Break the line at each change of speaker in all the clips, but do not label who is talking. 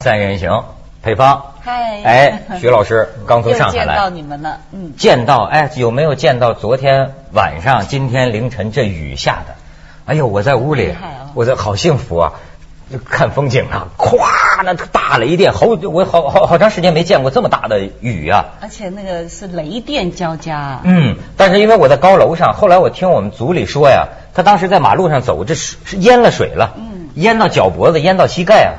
三人行，配方，
嗨
哎，徐老 师刚从
又
上海
见到
来，
你们了，嗯，
见到哎，有没有见到昨天晚上、今天凌晨这雨下的？哎呦，我在屋里，
厉害啊
我在好幸福啊，就看风景啊，咵，那大雷电，好，我好好好长时间没见过这么大的雨啊。
而且那个是雷电交加啊，
嗯，但是因为我在高楼上，后来我听我们组里说呀，他当时在马路上走，这是是淹了水了，
嗯
淹到脚脖子，淹到膝盖啊。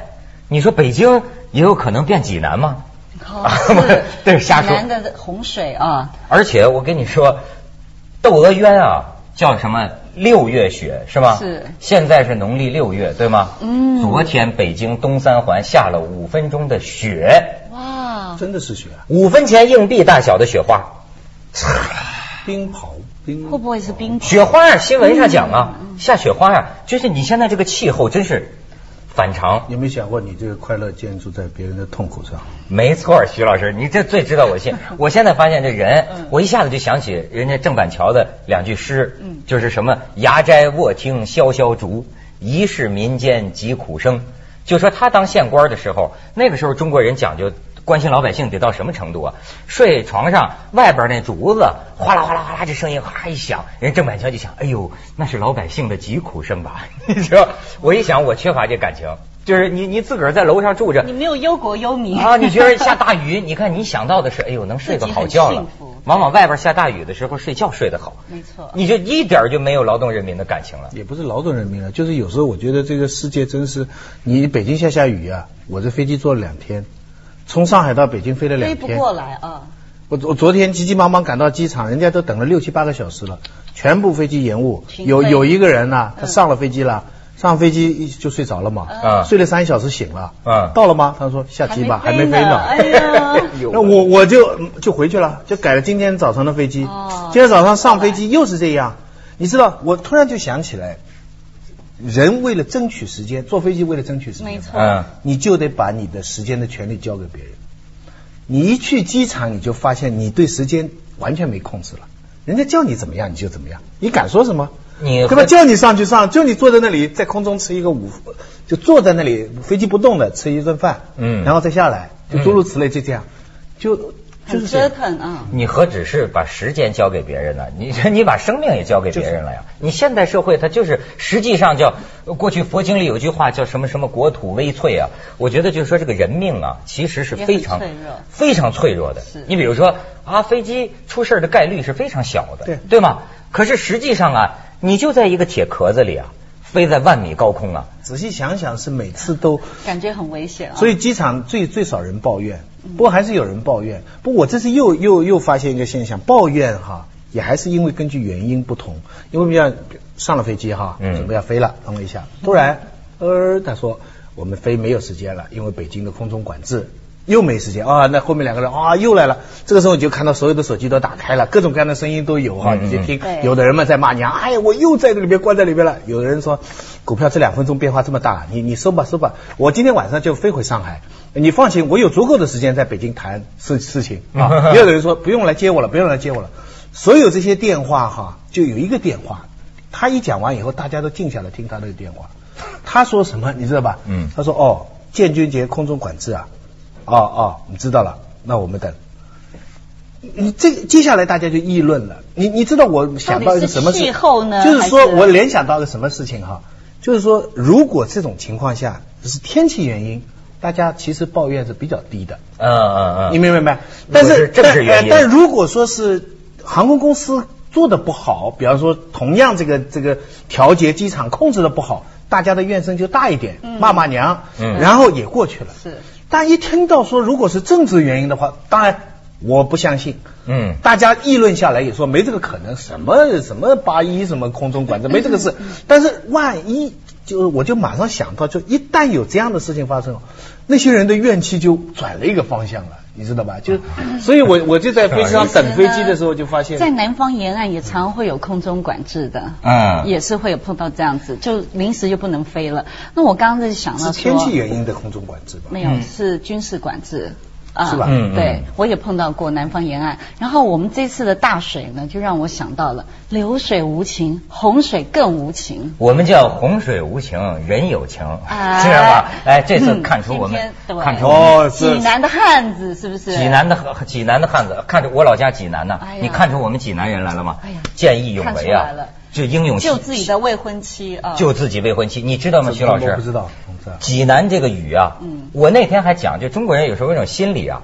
你说北京也有可能变济南吗？
啊
好
不对瞎说
济南的洪水啊，
而且我跟你说，窦娥冤啊，叫什么六月雪是吗？
是
现在是农历六月，对吗？
嗯
昨天北京东三环下了五分钟的雪，
哇，
真的是雪啊，
五分钱硬币大小的雪花。
冰雹，冰
会不会是冰
雪花啊，新闻上讲啊，
嗯
下雪花啊，就是你现在这个气候真是反常。
有没有想过，你这个快乐建筑在别人的痛苦上？
没错，徐老师，你这最知道我 心。我现在发现这人
嗯，
我一下子就想起人家郑板桥的两句诗
嗯，
就是什么“崖斋卧听萧萧竹，疑是民间疾苦声”。就说他当县官的时候，那个时候中国人讲究关心老百姓得到什么程度啊？睡床上外边那竹子哗啦哗啦哗啦，这声音哗一响，人郑板桥就想，哎呦，那是老百姓的疾苦声吧？ 你说，我一想，我缺乏这感情，就是你你自个儿在楼上住着，
你没有忧国忧民
啊，你觉得下大雨， 你看你想到的是，哎呦，能睡个好觉了
自己很幸福。
往往外边下大雨的时候，睡觉睡得好，
没错
你就一点儿就没有劳动人民的感情了。
也不是劳动人民了，就是有时候我觉得这个世界真是，你北京下下雨啊，我这飞机坐了两天，从上海到北京飞了两
飞
天，
不过来啊，
我我昨天急急忙忙赶到机场，人家都等了六七八个小时了，全部飞机延误。
停飞
有有一个人呐，啊
嗯
他上了飞机了，上飞机一就睡着了嘛，
嗯
睡了三小时醒了，
嗯
到了吗？他说下机吧，还
还
没
没
飞
飞
呢
呢。 哎呀
有
那我我就就回去了，就改了今天早上的飞机。
哦
今天早上上飞机又是这样，你知道，我突然就想起来，人为了争取时间，坐飞机为了争取时间，
没错
嗯，
你就得把你的时间的权利交给别人。你一去机场，你就发现你对时间完全没控制了。人家叫你怎么样你就怎么样，你敢说什么？
你
对吧？叫你上去上，就你坐在那里，在空中吃一个午，就坐在那里飞机不动的吃一顿饭，
嗯
然后再下来，就诸如此类，就这样，就就
很
是
折腾啊。
你何止是把时间交给别人呢？你 你把生命也交给别人了呀！你现代社会它就是实际上叫呃过去佛经里有句话叫什么什么国土危脆啊，我觉得就是说这个人命啊，其实是非常
也很脆弱
非常脆弱的
是。
你比如说啊，飞机出事儿的概率是非常小的，
对
对吗？可是实际上啊，你就在一个铁壳子里啊，飞在万米高空啊，
仔细想想是每次都，
感觉很危险啊。
所以机场最最少人抱怨，不过还是有人抱怨。不过我这次又又又发现一个现象，抱怨哈也还是因为根据原因不同，因为我们要上了飞机哈，
嗯
准备要飞了，等了一下，突然呃他说我们飞没有时间了，因为北京的空中管制。又没时间啊！那后面两个人啊又来了，这个时候你就看到所有的手机都打开了，各种各样的声音都有哈，
嗯嗯
你就听
对
有的人嘛在骂你，哎呀，我又在这里边关在里边了。有的人说，股票这两分钟变化这么大，你你收吧收吧，我今天晚上就飞回上海。你放心，我有足够的时间在北京谈事事情啊。也有的人说不用来接我了，不用来接我了。所有这些电话哈，就有一个电话，他一讲完以后，大家都静下来听他那个电话。他说什么，你知道吧？
嗯
他说哦，建军节空中管制啊，哦哦，你知道了，那我们等。你这接下来大家就议论了。你你知道我想到一个什么
到底是气候呢
就是说
还是
我联想到个什么事情哈、就是说如果这种情况下是天气原因，大家其实抱怨是比较低的，
嗯嗯嗯，
你明白没？
如果
但
是政治原因
但，但如果说是航空公司做的不好，比方说同样这个这个调节机场控制的不好，大家的怨声就大一点，
嗯
骂骂娘，
嗯
然后也过去了。
是，
但一听到说如果是政治原因的话，当然我不相信。
嗯
大家议论下来也说没这个可能，什么什么八一什么空中管制没这个事。但是万一就我就马上想到，就一旦有这样的事情发生，那些人的怨气就转了一个方向了，你知道吧？就所以我我就在飞机上等飞机的时候就发现，
在南方沿岸也常会有空中管制的，
啊
嗯
也是会有碰到这样子，就临时就不能飞了。那我刚刚在想到
是
说，
天气原因的空中管制吧？
没有
嗯
是军事管制。啊
是吧？
嗯嗯，
对我也碰到过南方沿岸。然后我们这次的大水呢，就让我想到了流水无情，洪水更无情。
我们叫洪水无情，人有情，
哎
是吧？哎，这次
嗯
看出我们
今天，对
看出我们
哦，
济
是
南的汉子是不是？
济南的济南的汉子，看出我老家济南呢
哎，呀
你看出我们济南人来了吗
哎呀？
见义勇
看
为
出来
啊
了，
就英勇
救自己的未婚妻啊，
救自己未婚妻，你知道吗，徐老
我
师
不？知道，我不知道。
济南这个雨啊，
嗯
我那天还讲，就中国人有时候有一种心理啊，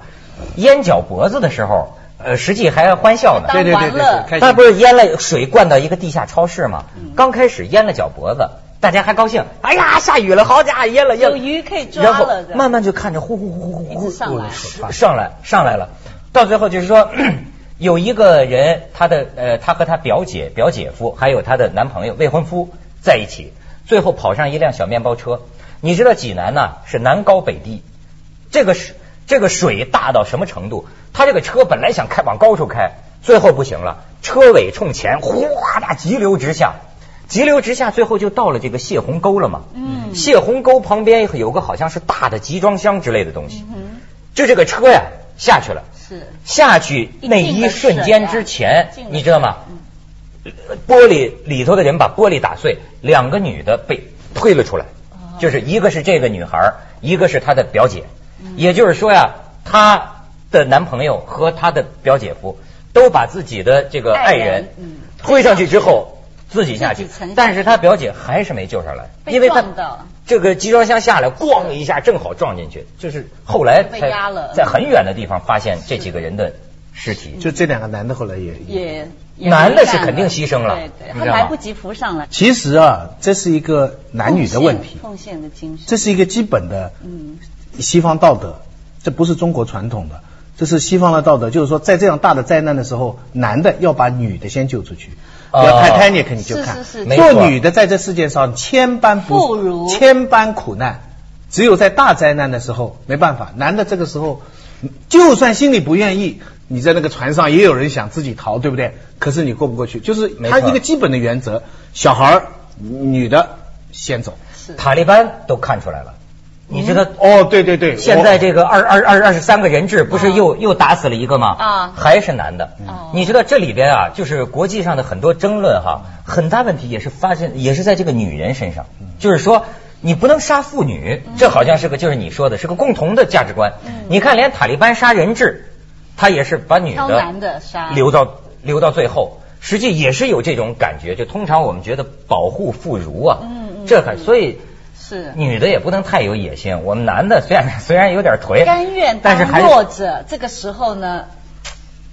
淹脚脖子的时候，呃，实际还欢笑呢。
当
对对对
完
对
了
对，开心嗯
他不是淹了水灌到一个地下超市吗？刚开始淹了脚脖子，大家还高兴，哎呀，下雨了，好家伙，淹了淹
有
了，
鱼可以抓
然后
了的，
慢慢就看着呼呼呼呼
一
呼
直上来。
上上来上来了，到最后就是说， 有一个人，他的呃，他和他表姐、表姐夫，还有他的男朋友、未婚夫在一起，最后跑上一辆小面包车。你知道济南呢、是南高北低，这个水这个水大到什么程度？他这个车本来想开往高处开，最后不行了，车尾冲前，哗啦急流直下，急流直下，最后就到了这个泄洪沟了嘛。
嗯
泄洪沟旁边有个好像是大的集装箱之类的东西
嗯，哼，
就这个车呀下去了，
是
下去那一瞬间之前
一定的水啊，
你知道吗？呃
嗯
玻璃里头的人把玻璃打碎，两个女的被推了出来，
哦
就是一个是这个女孩儿，一个是她的表姐
嗯，
也就是说呀，她的男朋友和她的表姐夫都把自己的这个爱
爱人
人
嗯
推上去之后。自己下去
自己沉下去，
但是她表姐还是没救上来，
被
因为她
撞到
这个集装箱下来，咣一下正好撞进去，就是后来
被
才
压了
在很远的地方发现这几个人的尸体。
就这两个男的后来也
也
男的是肯定牺牲了
对对，
你知
他
道
们
吗
来不及浮上来。
其实啊，这是一个男女的问题，
奉献奉献的精神，
这是一个基本的
嗯
西方道德，这不是中国传统的，这是西方的道德，就是说在这样大的灾难的时候，男的要把女的先救出去。
哦
不要 Titanic 你就是看，
是是
没错
做女的在这世界上千般
妇
不
孺
千般苦难，只有在大灾难的时候没办法，男的这个时候就算心里不愿意，你在那个船上也有人想自己逃，对不对？可是你过不过去，就是
没
他
错
一个基本的原则，小孩儿女的先走。
是
塔利班都看出来了，你知道
嗯
哦，对对对，
现
我
在这个二二二二十三个人质不是又又打死了一个吗？
啊
还是男的
哦。
你知道这里边啊，就是国际上的很多争论哈，很大问题也是发生，也是在这个女人身上，
嗯
就是说。你不能杀妇女，这好像是个就是你说的是个共同的价值观。
嗯
你看，连塔利班杀人质，他也是把女
挑
的
男的杀
留到留到最后，实际也是有这种感觉。就通常我们觉得保护妇孺啊，
嗯嗯
这很所以
是
女的也不能太有野心，我们男的虽然虽然有点颓，
甘愿
但是
当
还是
弱者，这个时候呢，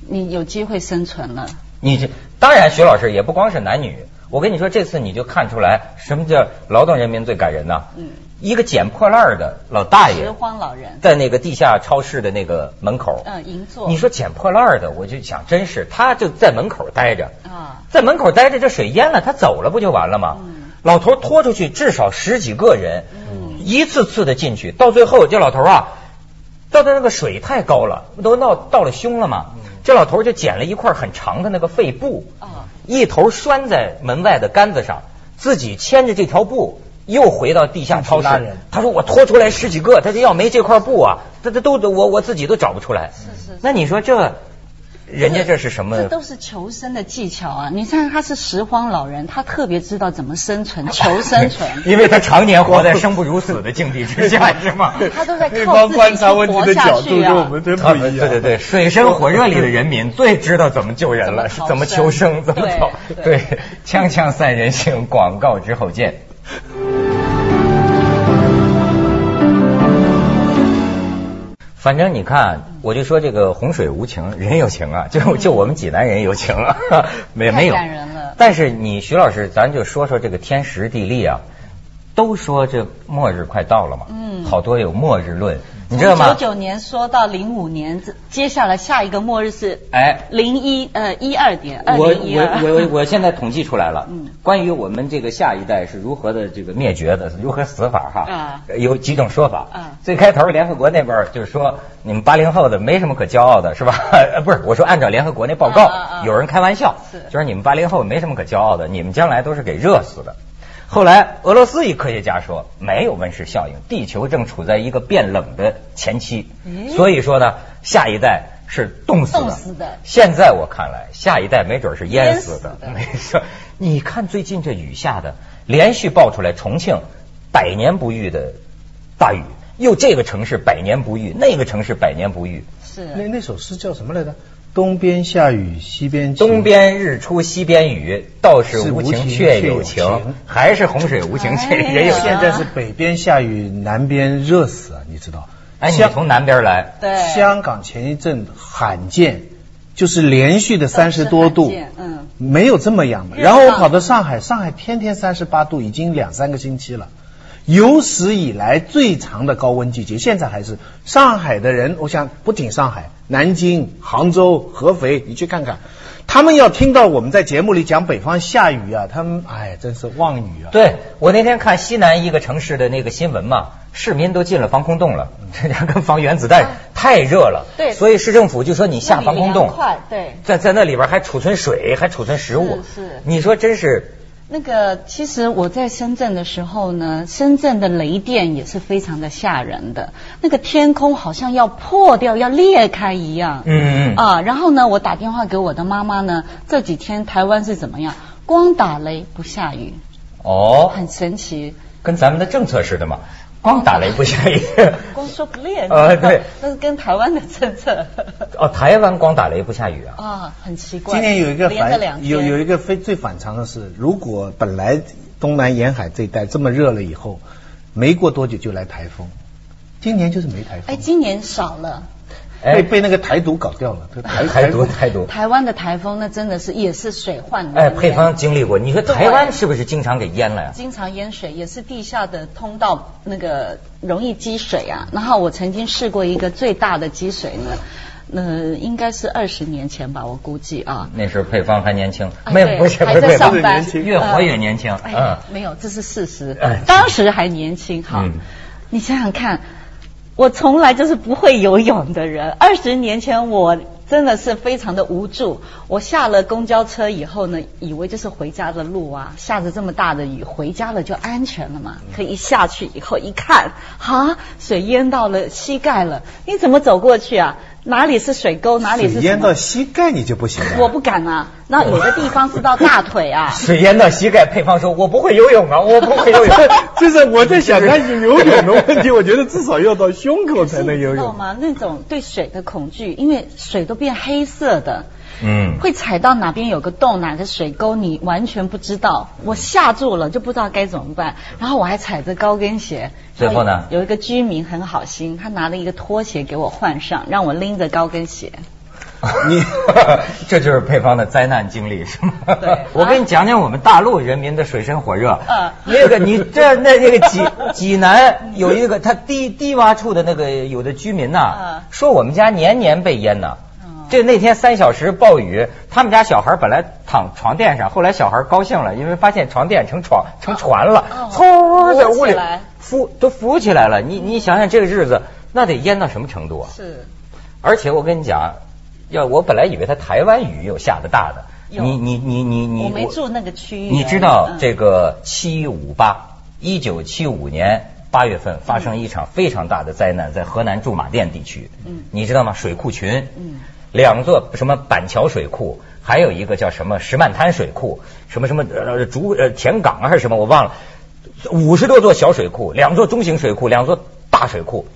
你有机会生存了。
你这当然，徐老师也不光是男女，我跟你说，这次你就看出来什么叫劳动人民最感人呐、
嗯，
一个捡破烂儿的老大
拾
爷
荒老人，
在那个地下超市的那个门口，
嗯，银座，
你说捡破烂儿的，我就想真是他就在门口待着，
啊，
在门口待着，这水淹了，他走了不就完了吗？
嗯
老头拖出去至少十几个人，
嗯
一次次的进去，到最后这老头啊，到他那个水太高了，都到到了胸了嘛，
嗯
这老头就捡了一块很长的那个废布，
啊，
一头拴在门外的杆子上，自己牵着这条布又回到地下超
拉
市
人。
他说我拖出来十几个，他这要没这块布啊，他他都我我自己都找不出来。
是是是
那你说这人家这是什么？。
这都是求生的技巧啊！你看他是拾荒老人，他特别知道怎么生存、求生存
因为他常年活在生不如死的境地之 下，是吗？
他都在
对
靠
方
自己
观察
去
问题
活
的
下
角
去
度
啊
跟我们真不
他
一样。
们对对对，水深火热里的人 民最知道怎么救人了，是
怎么逃
怎么求生，
生
怎么
对
逃。
对
对，锵锵三人行，广告之后见。反正你看，我就说这个洪水无情，人有情啊，就就我们济南人有情啊， 没没有。
太感人了
但是你徐老师，咱就说说这个天时地利啊，都说这末日快到了嘛，
嗯
好多有末日论，你
从
知道吗？
九九年说到零五年，这接下来下一个末日是
哎
零一呃一二年，二
我
零一
我我我
二。
我现在统计出来了，
嗯
关于我们这个下一代是如何的这个灭绝的，如何死法哈，
啊
有几种说法。
啊
最开头联合国那边儿就是说，你们八零后的没什么可骄傲的，是吧？ 呃不是，我说按照联合国那报告，
啊啊啊
有人开玩笑，
是
就是你们八零后没什么可骄傲的，你们将来都是给热死的。后来，俄罗斯一科学家说，没有温室效应，地球正处在一个变冷的前期，
嗯
所以说呢，下一代是冻死的。
冻死的
现在我看来，下一代没准是淹死的。
淹死
没
的
错，你看最近这雨下的，连续爆出来重庆百年不遇的大雨，又这个城市百年不遇，那个城市百年不遇。
那
是
那首诗叫什么来着？
东边下雨西边晴
东边日出西边雨，道是
是
无
无
情
情
却
却
有
有
情
情，
还是洪水无情却
哎呀
人有情。
现在是北边下雨南边热死啊，你知道？
哎，你
像
从南边来，
对，
香港前一阵罕见，就是连续的三十多
都
度
是罕见，嗯
没有这么样的。
日照
然后我跑到上海，上海天天三十八度，已经两三个星期了。有史以来最长的高温季节，现在还是上海的人，我想不仅上海、南京、杭州、合肥，你去看看，他们要听到我们在节目里讲北方下雨啊，他们哎，真是望雨啊。
对我那天看西南一个城市的那个新闻嘛，市民都进了防空洞了，这家跟防原子弹、太热了，
对
所以市政府就说你下防空
那里
洞
凉，快对
在在那里边还储存水，还储存食物，
是是
你说真是
那个，其实我在深圳的时候呢，深圳的雷电也是非常的吓人的，那个天空好像要破掉、要裂开一样。
嗯嗯
啊，然后呢，我打电话给我的妈妈呢，这几天台湾是怎么样？光打雷不下雨，
哦，
很神奇。
跟咱们的政策似的嘛，光打雷不下雨。
光说不练
呃对，
那是跟台湾的政 策
哦，台湾光打雷不下雨啊？
啊，很奇怪。
今年有一个
连着两
反有
天
有一个非最反常的是，如果本来东南沿海这一带这么热了以后，没过多久就来台风，今年就是没台
哎，
风，
今年少了。
哎
被哎被那个台独搞掉了，这台
哎台独
风
台独。
台湾的台风那真的是也是水患难
哎，
言。
配方经历过，你说台湾
对
是不是经常给淹了呀？
经常淹水，也是地下的通道那个容易积水啊。然后我曾经试过一个最大的积水呢，呃，应该是二十年前吧，我估计啊。
那时候配方还年轻，
啊
没
对
不是不
还
是
在
不
上
是
班，
越活越年轻。
哎
嗯
呀，没有，这是事实
哎。
当时还年轻哈
嗯。
你想想看，我从来就是不会游泳的人。二十年前我真的是非常的无助。我下了公交车以后呢，以为就是回家的路啊，下着这么大的雨，回家了就安全了嘛。
嗯
可一下去以后一看，哈，水淹到了膝盖了，你怎么走过去啊？哪里是水沟，哪里是
水
什
淹
么
到膝盖你就不行了。
我不敢啊，那有的地方是到大腿 啊。
水淹到膝盖，配方说：“我不会游泳啊，我不会游 泳。
就是我在想他游泳的问题，我觉得至少要到胸 口才能游
你知道
泳。
吗？那种对水的恐惧，因为水都变黑色的，”
嗯，
会踩到哪边有个洞，哪个水沟，你完全不知道。我吓住了，就不知道该怎么办。然后我还踩着高跟鞋。
最后呢
有一个居民很好心，他拿了一个拖鞋给我换上，让我拎着高跟鞋。
你这就是配方的灾难经历是吗
对？啊
我跟你讲讲我们大陆人民的水深火热。
嗯
那个你这那那个济济南有一个他低低洼处的那个有的居民呐、
嗯
说我们家年年被淹呐、
嗯
这那天三小时暴雨，他们家小孩本来躺床垫上，后来小孩高兴了，因为发现床垫成床成船了
哦，
嗖、在屋
浮起
里
来
浮都浮起来了。你你想想这个日子，那得淹到什么程度啊？
是，
而且我跟你讲，要我本来以为它台湾雨有下的大的，
有
你你你你你，
我没住那个区域
你知道
嗯
这个七五八，一九七五年八月份发生一场非常大的灾难，在河南驻马店地区，
嗯
你知道吗？水库群，
嗯
两座什么板桥水库，还有一个叫什么石曼滩水库，什么什么呃竹呃田港还是什么，我忘了，五十多座小水库，两座中型水库，两座大水库，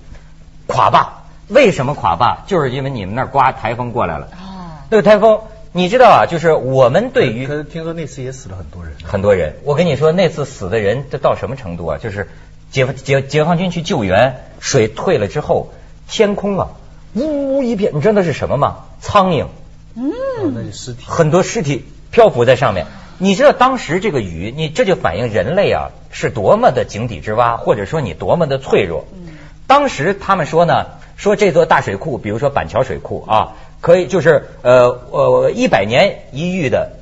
垮坝。为什么垮坝？就是因为你们那儿刮台风过来了。
啊，
那个台风，你知道啊，就是我们对于
可是听说那次也死了很多人。
很多人，我跟你说，那次死的人这到什么程度啊？就是解解解放军去救援，水退了之后，天空啊，呜呜一片，你知道那是什么吗？苍蝇，
哦，那是尸体。
很多尸体漂浮在上面。你知道当时这个雨，你这就反映人类啊是多么的井底之蛙，或者说你多么的脆弱。
嗯
当时他们说呢，说这座大水库，比如说板桥水库啊，可以就是呃呃一百年一遇的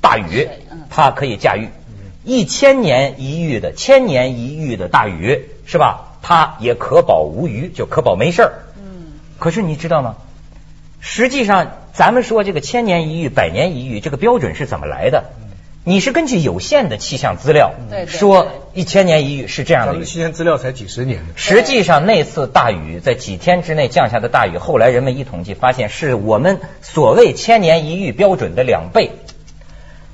大雨
水嗯，
它可以驾驭；一千年一遇的、千年一遇的大雨，是吧？它也可保无虞，就可保没事儿。
嗯，
可是你知道吗？实际上，咱们说这个千年一遇、百年一遇这个标准是怎么来的？你是根据有限的气象资料
嗯对对
说一千年一遇是这样
咱
的
们
雨。
期间资料才几十年呢。
实际上，那次大雨在几天之内降下的大雨，后来人们一统计发现，是我们所谓千年一遇标准的两倍。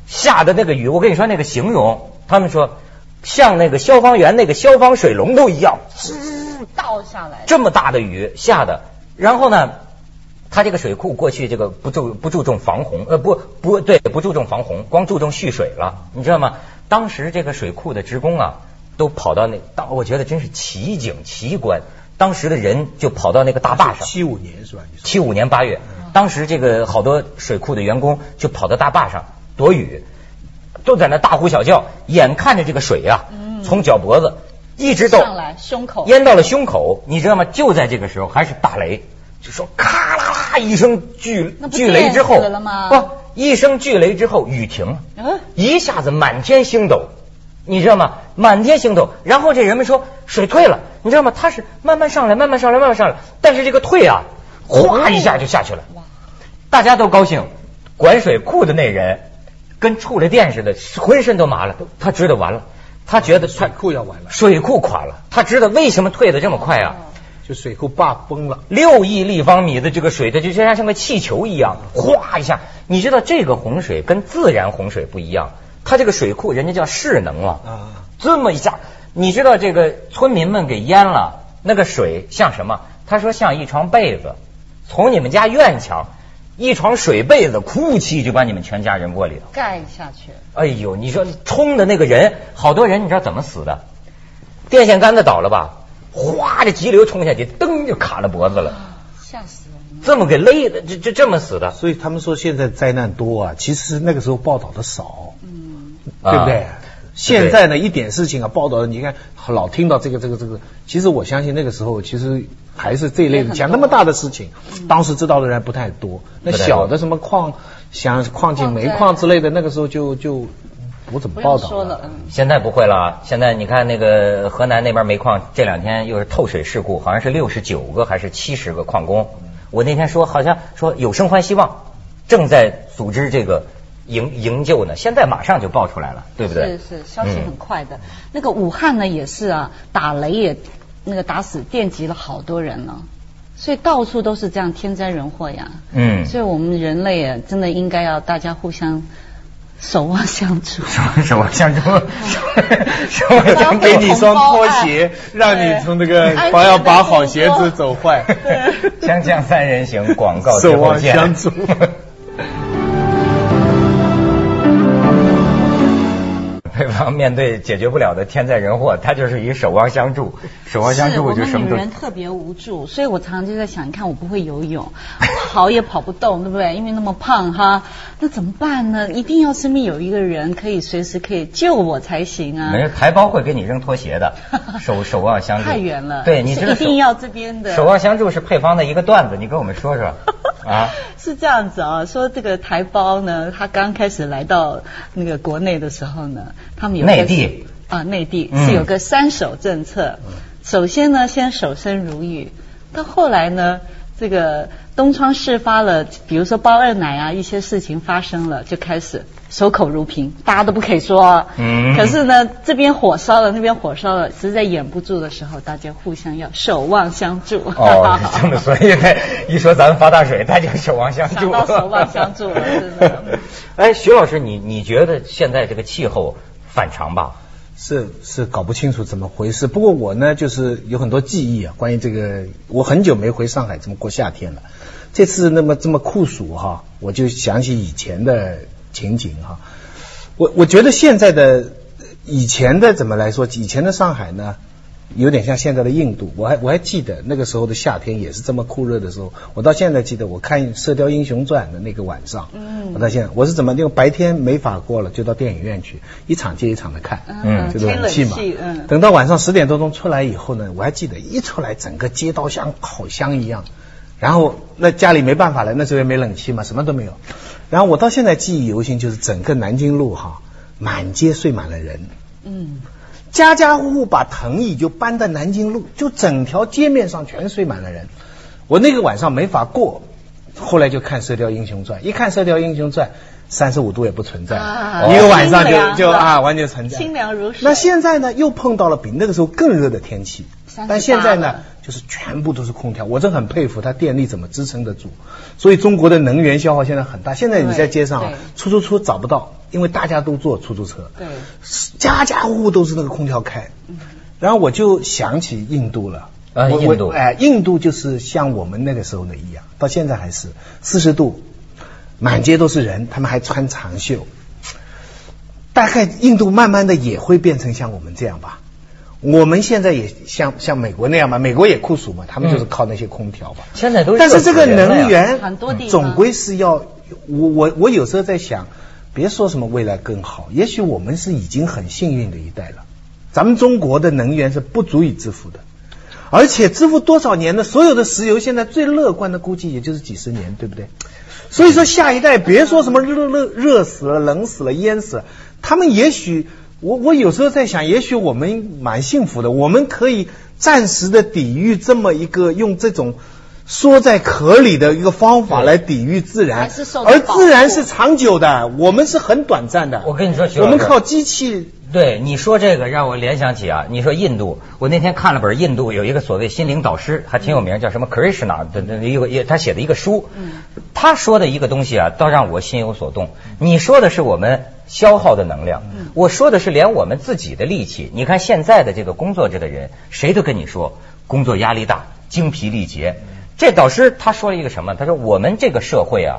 下的那个雨，我跟你说那个形容，他们说像那个消防员那个消防水龙头一样，
倒下来。
这么大的雨下的，然后呢，它这个水库过去这个不注不注重防洪，呃不不对不注重防洪，光注重蓄水了，你知道吗？当时这个水库的职工啊，都跑到那当，我觉得真是奇景奇观。当时的人就跑到那个大坝上，
七五年是吧？你说
七五年八月，当时这个好多水库的员工就跑到大坝上躲雨，都在那大呼小叫，眼看着这个水啊，从脚脖子一直到
嗯上来胸口
淹到了胸口，你知道吗？就在这个时候，还是打雷，就说咔啦啦一声巨
那不
巨雷之后，
电死了吗
不一声巨雷之后，雨停了。
嗯，
一下子满天星斗，你知道吗？满天星斗。然后这人们说水退了，你知道吗？它是慢慢上来，慢慢上来，慢慢上来。但是这个退啊，哗一下就下去了。大家都高兴，管水库的那人跟触了电似的，浑身都麻了。他知道完了，他觉得他
水库要完了，
水库垮了，他知道为什么退的这么快啊？
就水库坝崩了。
六亿立方米的这个水，它就像像个气球一样，哗一下。你知道这个洪水跟自然洪水不一样，它这个水库人家叫势能啊，
啊
这么一下，你知道这个村民们给淹了，那个水像什么？他说像一床被子，从你们家院墙一床水被子，哭泣就把你们全家人窝里头。
盖下去。
哎呦，你说冲的那个人，好多人你知道怎么死的？电线杆子倒了吧，哗，这急流冲下去，噔就卡了脖子了。
吓死人了！
这么给勒的，这这这么死的，
所以他们说现在灾难多啊，其实那个时候报道的少，
嗯，
对不对
啊？
现在呢，一点事情啊，报道你看老听到这个这个这个，其实我相信那个时候其实还是这一类
也很
的，
多
讲那么大的事情，当时知道的人不太多。那
不太多
小的什么矿，像矿井、
矿灾
煤矿之类的，那个时候就就不怎
不
么报
用
道
说了，嗯，
现在不会了。现在你看那个河南那边煤矿，这两天又是透水事故，好像是六十九个还是七十个矿工。我那天说，好像说有生还希望，正在组织这个营营救呢。现在马上就爆出来了，对不对？
是是，消息很快的。那个武汉呢也是啊，打雷也那个打死电击了好多人呢、所以到处都是这样天灾人祸呀。
嗯。
所以我们人类也真的应该要大家互相守望相助。
嗯， 手相助，手
相
相助
助
给你一双拖鞋，让你从那个不要把好鞋子走坏。
锵锵三人行，广告之
守
后
望
见。
相助。
对方面对解决不了的天灾人祸，他就是以守望相助，守望相
是
助
我
就
们
什么
女
都
人特别无助，所以我常常就在想，你看我不会游泳，跑也跑不动，对不对？因为那么胖哈，那怎么办呢？一定要身边有一个人可以随时可以救我才行啊。
没事，台胞会给你扔拖鞋的，守守望相助。
太远了
对，你
是
知道
一定
守
要这边的
守望相助是配方的一个段子，你跟我们说 说啊。
是这样子啊，说这个台胞呢，他刚开始来到那个国内的时候呢，他们有个
内地
啊，内地
嗯
是有个三守政策。首先呢，先守身如玉，到后来呢，这个东窗事发了，比如说包二奶啊，一些事情发生了，就开始守口如瓶，大家都不可以说啊。
嗯
可是呢，这边火烧了，那边火烧了，实在掩不住的时候，大家互相要守望相助。
哦，是这么，所以呢，一说咱们发大水，大家守望相助。
想到守望相助了真的。
哎，徐老师，你你觉得现在这个气候反常吧？
是是搞不清楚怎么回事。不过我呢，就是有很多记忆啊，关于这个，我很久没回上海这么过夏天了。这次那么这么酷暑哈、我就想起以前的情景哈、我我觉得现在的以前的怎么来说，以前的上海呢，有点像现在的印度。我还我还记得那个时候的夏天也是这么酷热的时候，我到现在记得我看《射雕英雄传》的那个晚上，嗯，我到现在我是怎么就白天没法过了，就到电影院去一场接一场的看，
嗯
这种
吹冷
冷气嘛
气嗯。
等到晚上十点多钟出来以后呢，我还记得一出来整个街道像烤箱一样。然后那家里没办法了，那时候也没冷气嘛，什么都没有。然后我到现在记忆犹新，就是整个南京路哈，满街睡满了人，
嗯。
家家户户把藤椅就搬到南京路，就整条街面上全睡满了人。我那个晚上没法过，后来就看《射雕英雄传》，一看《射雕英雄传》，三十五度也不存在了，
啊
一个晚上
清凉
就就
了
啊完全存在了。
清凉如水。
那现在呢，又碰到了比那个时候更热的天气
38，
但现在
了
呢，就是全部都是空调，我真很佩服它电力怎么支撑得住。所以中国的能源消耗现在很大。现在你在街上啊
对，
出租车找不到，因为大家都坐出租车，
对，嗯
家家户户都是那个空调开。然后我就想起印度了。
啊
我
印度
我哎，印度就是像我们那个时候的一样，到现在还是四十度，满街都是人，他们还穿长袖。大概印度慢慢的也会变成像我们这样吧。我们现在也像像美国那样嘛，美国也酷暑嘛，他们就是靠那些空调嘛。
嗯现在都
但是这个
热死人了呀
能源
很多地方
总归是要，我我我有时候在想，别说什么未来更好，也许我们是已经很幸运的一代了。咱们中国的能源是不足以支付的，而且支付多少年呢？所有的石油现在最乐观的估计也就是几十年，对不对？所以说下一代别说什么热热热死了、冷死了、淹死了，他们也许我我有时候在想，也许我们蛮幸福的，我们可以暂时的抵御这么一个用这种缩在壳里的一个方法来抵御自
还
然
是受，到
而
保
自然
护
是长久的，我们是很短暂的。
我跟你说徐老
我们
师
靠机器
对你说这个让我联想起啊，你说印度，我那天看了本印度有一个所谓心灵导师，还挺有名，叫什么 Krishna 的的一个一他写的一个书，他说的一个东西啊，倒让我心有所动。你说的是我们消耗的能量，我说的是连我们自己的力气。你看现在的这个工作制的人，谁都跟你说工作压力大，精疲力竭。这导师他说了一个什么？他说我们这个社会啊，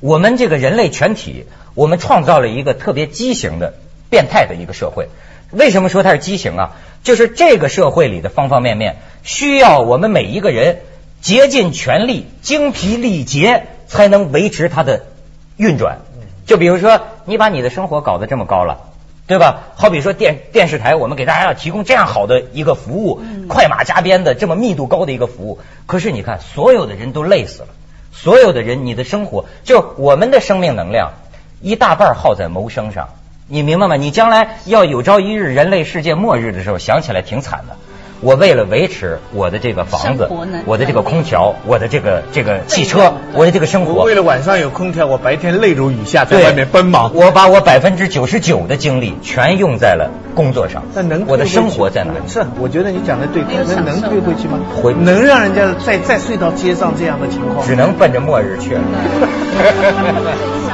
我们这个人类全体，我们创造了一个特别畸形的、变态的一个社会。为什么说它是畸形啊？就是这个社会里的方方面面，需要我们每一个人竭尽全力、精疲力竭，才能维持它的运转。就比如说，你把你的生活搞得这么高了。对吧？好比说电电视台，我们给大家要提供这样好的一个服务，快马加鞭的这么密度高的一个服务。可是你看，所有的人都累死了，所有的人，你的生活，就我们的生命能量，一大半耗在谋生上。你明白吗？你将来要有朝一日人类世界末日的时候，想起来挺惨的。我为了维持我的这个房子
生活能力，
我的这个空调，我的这个这个汽车，
对
我的这个生活，
我为了晚上有空调，我白天泪如雨下，在
对
外面奔忙。
我把我百分之九十九的精力全用在了工作上，
那能退
我的
回去
生活在哪里？
是，我觉得你讲的对，
没有
可是
享
能
受
退回去吗？
回不去
能让人家再再睡到街上这样的情况吗？
只能奔着末日去了。